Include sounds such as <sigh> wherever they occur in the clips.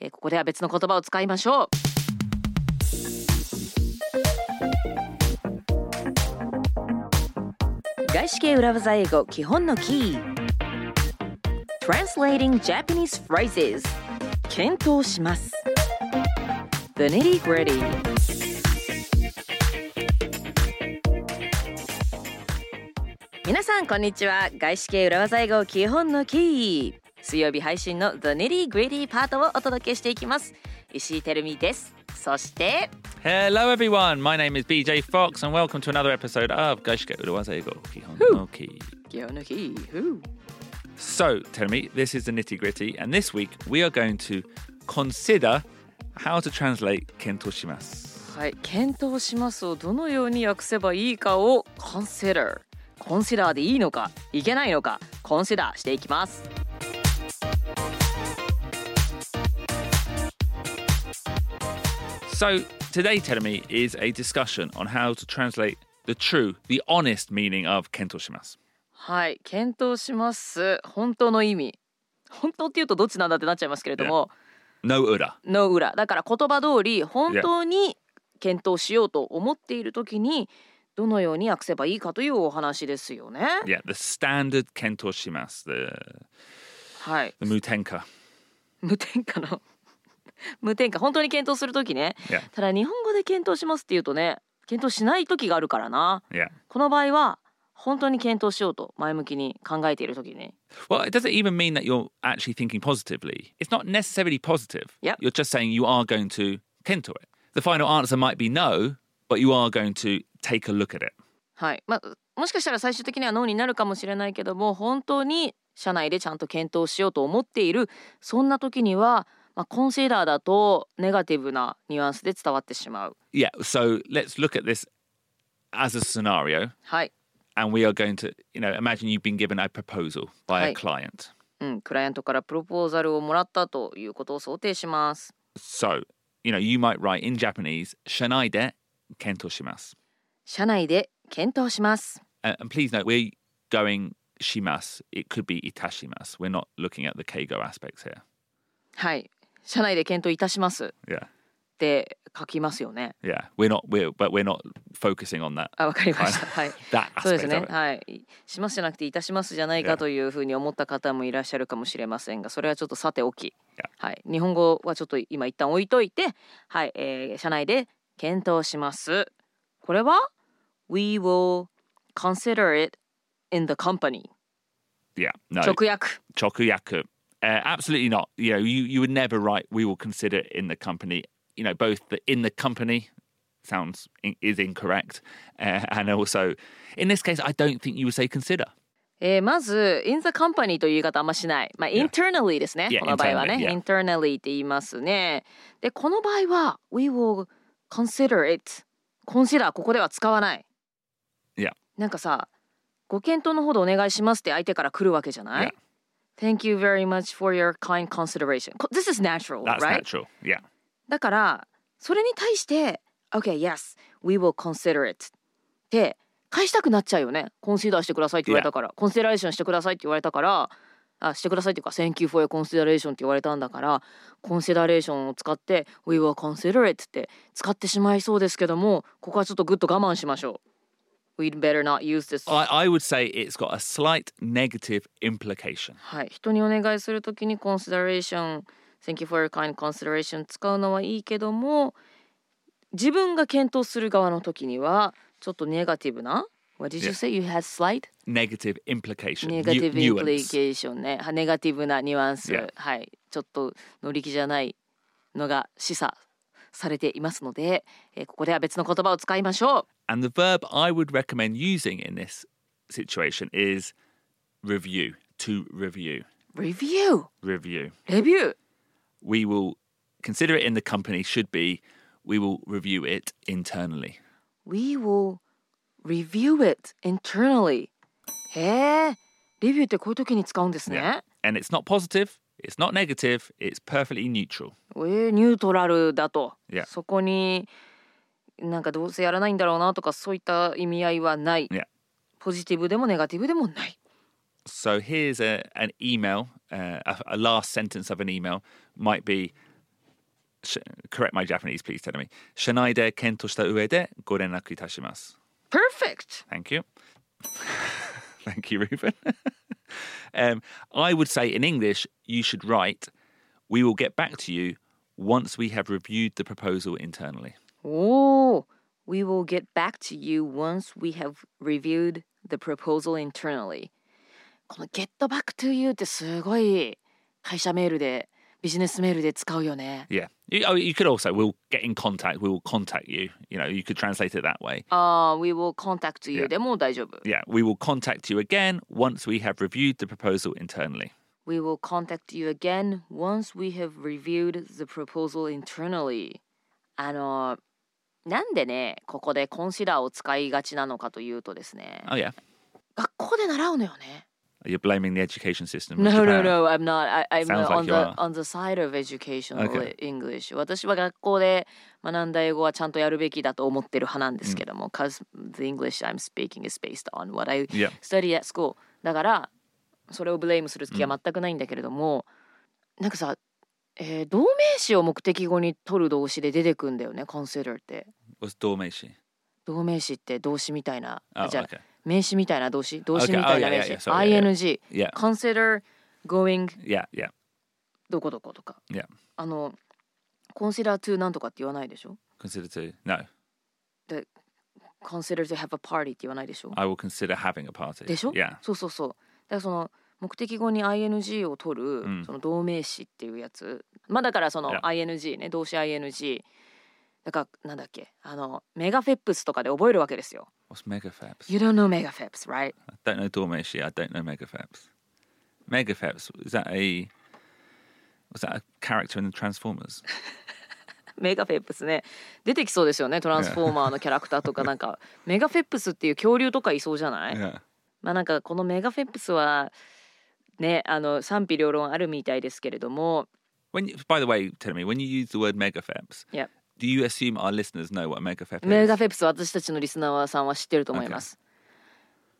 えーここでは別の言葉を使いましょう。外資系裏技英語基本のキー Translating Japanese Phrases 検討します The Nitty Gritty 皆さんこんにちは外資系裏技英語基本のキー水曜日配信の The Nitty Gritty パートをお届けしていきます石井てるみですそして、 Hello, everyone. My name is BJ Fox, and welcome to another episode of Gaishike Uruwaza Ego Kihon no Ki. 基本のキーふう So, tell me, this is the nitty gritty, and this week we are going to consider how to translate Kento Shimasu. はい、検討しますをどのように訳せばいいかを consider コンシダーでいいのかいけないのかコンシダーしていきます So, today, tell me, is a discussion on how to translate the true, the honest meaning of Kento Shimasu. はい検討します本当の意味本当っていうとどっちなんだってなっちゃいますけれども、 No ura. の裏だから言葉通り本当に検討しようと思っている時にどのように訳せばいいかというお話ですよね Yeah, the standard Kento Shimasu, the, はい the Mutenka. 無添加の無添加本当に検討する時ね Yeah, ただ日本語で検討しますって言うとね検討しない時があるからな yeah. この場合は本当に検討しようと前向きに考えている時に Well, it doesn't even mean that you're actually thinking positively. It's not necessarily positive. Yep. You're just saying you are going to kento it. The final answer might be no, but you are going to take a look at it. はいまあもしかしたら最終的には脳になるかもしれないけども本当に社内でちゃんと検討しようと思っているそんな時には、まあ、コンシーラーだとネガティブなニュアンスで伝わってしまう Yeah, so let's look at this as a scenario. はい、 And we are going to, you know, imagine you've been given a proposal Right. by a client. うん、クライアントからプロポーザルをもらったということを想定します So, you know, you might write in Japanese, shanai de kento shimasu. 社内で検討します Uh, and please note, we're going shimasu. It could be itashimasu. We're not looking at the keigo aspects here. はい社内で検討いたします Yeah. って書きますよね。 Yeah, we're not we're but we're not focusing on that あ、わかりました。はい。 that そうです aspect ね of。it. はい。しますじゃなくていたしますじゃないいやかというふうに思った方もいらっしゃるかもしれませんが、それはちょっとさておきや。はい。日本語はちょっと今一旦置いといて、はい、えー社内で検討します。これは We will consider it in the company。 Yeah, no. 直訳。 Chokuyaku. Uh, absolutely not. You know, you, you would never write we will consider it in the company. You know, both the in the company sounds is incorrect uh, and also in this case I don't think you would say consider. えーまず、in the company という言い方あんましない。まあ、 Yeah. internally ですね。 Yeah, この場合はね。 internally, yeah. internally って言いますね。で、この場合は、we will consider it。consider ここでは使わない。 Yeah. なんかさ、ご検討のほどお願いしますって相手から来るわけじゃない、?Thank you very much for your kind consideration. こ This is natural, That's right? natural. Yeah. だから、それに対して、okay, yes, we will consider it って返したくなっちゃうよね。コンシーダーしてくださいって言われたから、コンシデレーションしてくださいって言われたから、あしてくださいっていうか、Thank you for your consideration って言われたんだから、コンシダレーションを使って、we will consider it って使ってしまいそうですけども、ここはちょっとぐっと我慢しましょう。We'd better not use this. I, I would say it's got a slight negative implication. はい、人にお願いするときに consideration thank you for your kind consideration 使うのはいいけども自分が検討する側のときにはちょっとネガティブな What did you Yeah. say? You had slight? Negative implication. nu- ネガティブインプ nuance. リケーションねはネガティブなニュアンス、 Yeah. はいちょっと乗り気じゃないのが示唆されていますので、えーここでは別の言葉を使いましょう And the verb I would recommend using in this situation is review, to review, Review! review. レビュー We will consider it in the company, should be, we will review it internally. We will review it internally. へえ、レビューってこういう時に使うんですね。 And it's not positive, it's not negative, it's perfectly neutral. えーニュートラルだと。 Yeah. そこになんかどうせやらないんだろうなとかそういった意味合いはない。 Yeah. ポジティブでもネガティブでもない。 So here's a, an email, uh, a, a last sentence of an email might be sh- correct my Japanese, please, Tenami. Shanai de kento shita ue de gorenaku itashimasu. Perfect. Thank you. <laughs> Thank you, Ruben. <laughs> um, I would say in English, you should write, we will get back to you once we have reviewed the proposal internally. Oh, we will get back to you once we have reviewed the proposal internally. この get back to you ってすごい会社メールでビジネスメールで使うよね。 Yeah. You, oh, you could also, we'll get in contact, we will contact you. You know, you could translate it that way. ああ、we will contact you、 Yeah. でも大丈夫。 Yeah, we will contact you again once we have reviewed the proposal internally. We will contact you again once we have reviewed the proposal internally. あの、なんでね、ここでコンシダーを使いがちなのかというとですね、 Oh, yeah. 学校で習うのよね。 You're blaming the education system. of No, no, Japan. no, I'm not. I, I'm Sounds like on, you the, are. on the side of educational Okay. English. 私は学校で学んだ英語はちゃんとやるべきだと思ってる派なんですけども、cause the English I'm speaking is based on what I Yeah. study at school だからそれをブレイムする気は全くないんだけれども、なんかさ、えー動名詞を目的語に取る動詞で出てくんだよね consider って What's Dormeishi? 動名詞って動詞みたいな、 Oh, じゃあ okay. 名詞みたいな動詞動詞みたいな Okay. Oh, yeah, 名詞、 yeah, yeah. Sorry, yeah, yeah. ing Yeah. consider going Yeah. Yeah. どこどことか Yeah. あの consider to なんとかって言わないでしょ Consider to. No. consider to have a party って言わないでしょ I will consider having a party. でしょ Yeah. そうそうそうだからその目的語に ing を取る、うんその動名詞っていうやつまあだからそのいや ing ね動詞 ing だからなんだっけあのメガフェップスとかで覚えるわけですよ What's Megafabs? You don't know メガフェップス right <laughs> I don't know Dormeishi. I don't know Megafabs. Megafabs is that a was that a character in the Transformers? メガフェップスね出てきそうですよねトランスフォーマーのキャラクターとかなん <laughs> かメガフェップスっていう恐竜とかいそうじゃない、 Yeah. まあなんかこのメガフェップスはねあの賛否両論あるみたいですけれども When you, by the way, tell me when you use the word Megafabs, Yep. do you assume our listeners know what a Megafab is? メガフェプスは私たちのリスナーさんは知ってると思います。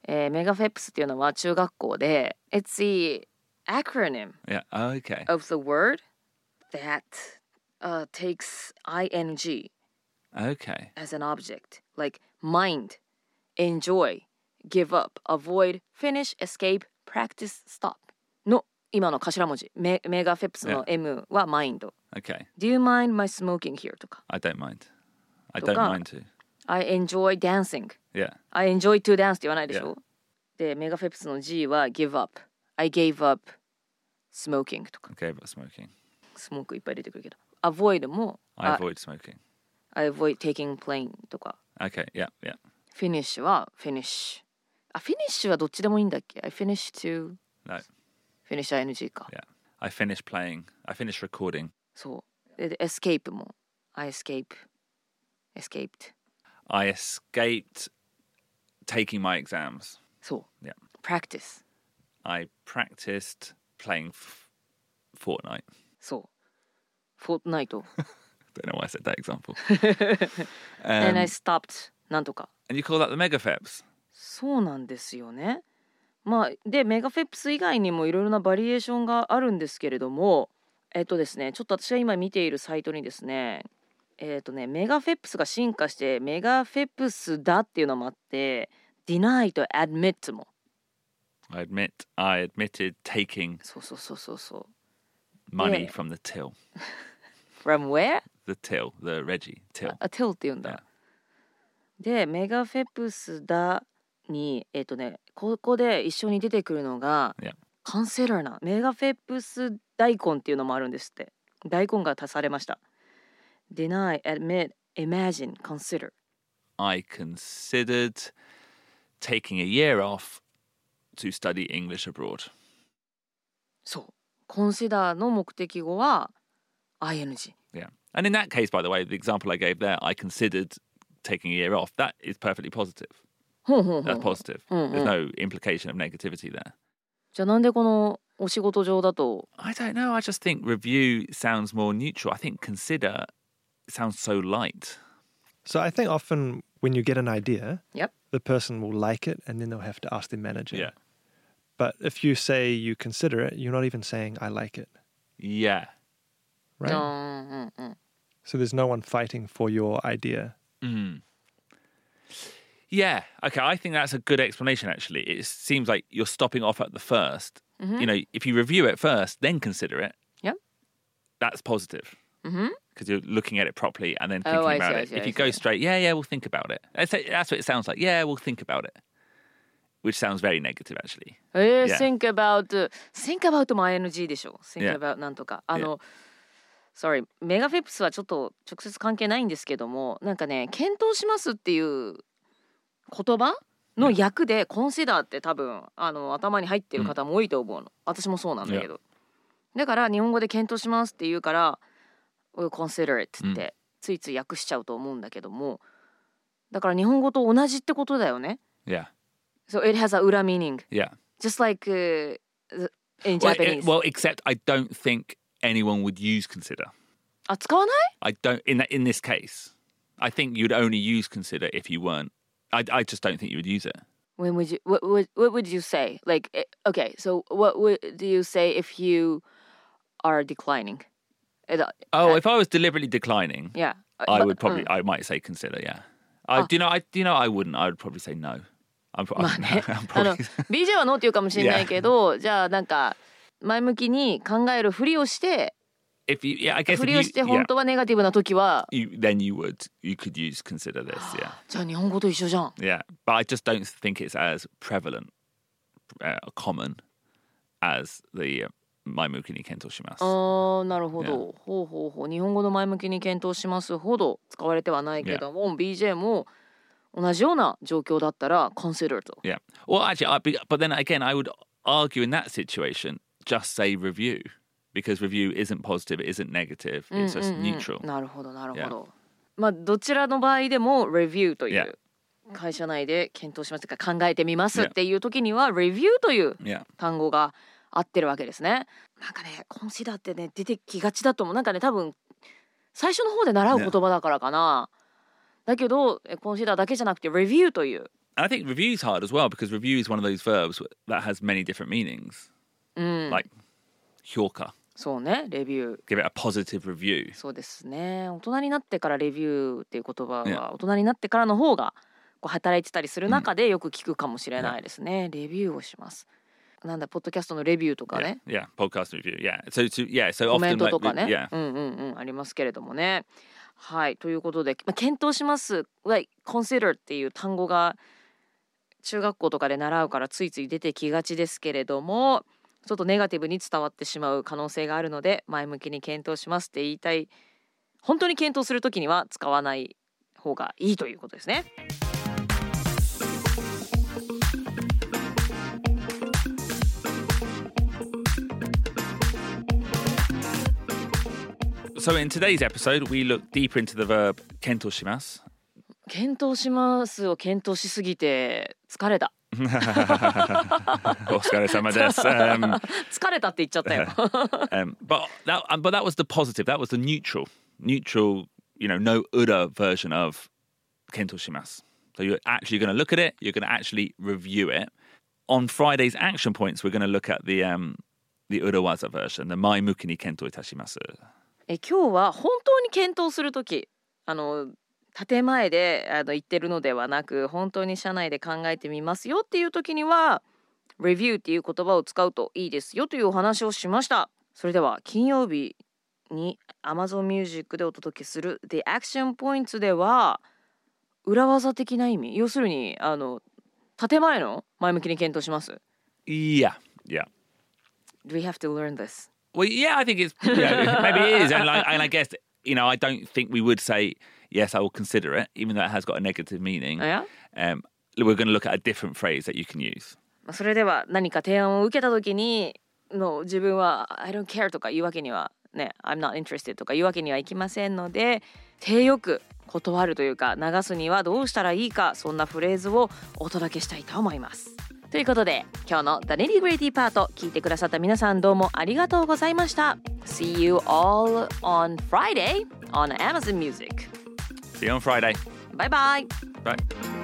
えーメガフェプスっていうのは中学校で It's the acronym Yeah. Oh, okay. of the word that、uh, takes ing Okay. as an object like mind, enjoy, give up, avoid, finish, escape, practice, stop の今の頭文字メメガフェプスの M は mind Okay. Do you mind my smoking here? とか I don't mind. I So don't go. mind to. I enjoy dancing Yeah. I enjoy to dance って言わないでしょ、でメガフェプスの G は give up I gave up smoking とか Okay about smoking. スモークいっぱい出てくるけど avoid も I I- avoid smoking. I avoid taking plane とか Okay. Yeah. Yeah. finish は finish あ finish はどっちでもいいんだっけ I finish to No. finish ing か、 Yeah. I finished playing. I finished recording. そうでで escape も I escape escaped I escaped taking my exams. そう、 Yeah. practice I practiced playing f- Fortnite. そうフォートナイト Don't know why I said that example. <laughs> and I um, stopped なんとか and you call that the megafeps? そうなんですよね。まあ、でメガフェプス以外にもいろいろなバリエーションがあるんですけれどもえっとですねちょっと私が今見ているサイトにですねえっとねメガフェプスが進化してメガフェプスだっていうのもあって「deny」と「admit」も I admit, I admitted taking そうそうそうそうそう money Yeah. from the till. 「from where?」 The till, the Reggie till. あ「till」って言うんだ。でメガフェプスだにえっ、とねここで一緒に出てくるのが、 Yeah. カンセラーなメガフェプス大根っていうのもあるんですって大根が足されました。Deny, admit, imagine, consider I considered taking a year off to study English abroad. そうコンシダーの目的語は ing Yeah. And in that case, by the way, the example I gave there, I considered taking a year off. That is perfectly positive. ほんほんほ That's ん positive. Mm, There's mm. no implication of negativity there. じゃあなんでこのお仕事上だと I don't know. I just think review sounds more neutral. I think consider sounds so light. So I think often when you get an idea, Yep. the person will like it and then they'll have to ask their manager. But if you say you consider it, you're not even saying I like it, Yeah. う right? んうんうん So there's no one fighting for your idea. Yeah. Okay. I think that's a good explanation, actually. It seems like you're stopping off at the 1st You know, if you review it first, then consider it, Mm-hmm. Yep. Mm-hmm. that's positive. Because you're looking at it properly and then Oh, thinking I see, about I it. see, if I you see. go straight, yeah, yeah, we'll think about it. That's, that's what it sounds like. Yeah, we'll think about it. Which sounds very negative, actually. えー Yeah. think about think about も ing でしょ think Yeah. about なんとかあの、sorry メガフェプスはちょっと直接関係ないんですけどもなんかね検討しますっていう言葉の役で consider って多分あの頭に入ってる方も多いと思うの、私もそうなんだけど、だから日本語で検討しますって言うから we'll consider it ってついつい訳しちゃうと思うんだけどもだから日本語と同じってことだよね Yeah. so it has a 裏 meaning Yeah. just like uh, the- in Well, Japanese. well, except I don't think anyone would use consider. あ使わない I don't in that in this case. I think you'd only use consider if you weren't. I, I just don't think you would use it. When would you what would what would you say? Like eh, okay, so what would do you say if you are declining? Eh, that- Oh, if I was deliberately declining, yeah. I but- would probably. mm. <laughs> I might say consider. Yeah. I do you know. I do you know. I wouldn't. I would probably say no. I'm, pro- <laughs> I'm, I'm あの probably. BJ はノーって言うかもしれないけど、じゃあなんか前向きに考えるふりをして、 If you, yeah, I guess. ふ If り you, をして yeah, 本当はネガティブな時は、 you, then you would. You could use consider this. <gasps> Yeah. じゃあ日本語と一緒じゃん。 Yeah. But I just don't think it's as prevalent, uh, common, as the uh, Maimukini Kento Shimasu. ああなるほど、ほうほうほう日本語の前向きに検討しますほど使われてはないけども、BJ も同じような状況だったら consider と Yeah. Well, actually, I'd be, but then again, I would argue in that situation, just say review because review isn't positive, it isn't negative, Mm, it's just neutral. なるほどなるほど、まあどちらの場合でも review という、 Yeah. 会社内で検討しますとか考えてみますっていう時には review という Yeah. 単語が合ってるわけですねなんかねコンシダってね出てきがちだと思うなんかね多分最初の方で習う言葉だからかな、だけどコンシダだけじゃなくて review という And I think review's hard as well because review is one of those verbs that has many different meanings. Like, hyorka, そうねレビュー give it a positive review. そうですね大人になってからレビューっていう言葉 Yeah. は大人になってからの方がこう働いてたりする中でよく聞くかもしれないですね、レビューをしますなんだポッドキャストのレビューとか Yeah. ね yeah, podcast review. Yeah. So, to, yeah, so コメン often, ト like, とかね、re- yeah. うんうんうんありますけれどもねはいということで、まあ、検討します「like consider」っていう単語が中学校とかで習うからついつい出てきがちですけれどもちょっとネガティブに伝わってしまう可能性があるので前向きに検討しますって言いたい本当に検討するときには使わない方がいいということですね。 So, in today's episode, we look deeper into the verb kento shimasu. 検討しますを検討しすぎて疲れた Oskaresama desu. Um, 疲れたって言っちゃった <laughs> よ。 Um, but that, um, but that was the positive. That was the neutral, neutral. You know, no uda version of kento shimasu. So you're actually going to look at it. You're going to actually review it. On Friday's action points, we're going to look at the um, the urawaza version, the mai muki ni kento itashimasu. え今日は本当に検討する時あの建前であの言ってるのではなく本当に社内で考えてみますよっていう時には「review」っていう言葉を使うといいですよというお話をしましたそれでは金曜日に Amazon Music でお届けする「The Action Points」では裏技的な意味要するにあの建前の前向きに検討します。 Yeah, yeah. Do we have to learn this? Well, yeah, I think it's you know, <laughs> maybe it is, and like, and I guess you know, I don't think we would say yes. I will consider it, even though it has got a negative meaning. Oh, Yeah. Um, we're going to look at a different phrase that you can use. まあそれでは何か提案を受けた時にの自分は「I don't care」とか言うわけにはね「I'm not interested」とか言うわけにはいきませんので手よく断るというか流すにはどうしたらいいかそんなフレーズをお届けしたいと思います。ということで今日の「The Nitty Gritty Part」聞いてくださった皆さんどうもありがとうございました。See you all on Friday on Amazon Music. See you on Friday. Bye bye! Bye.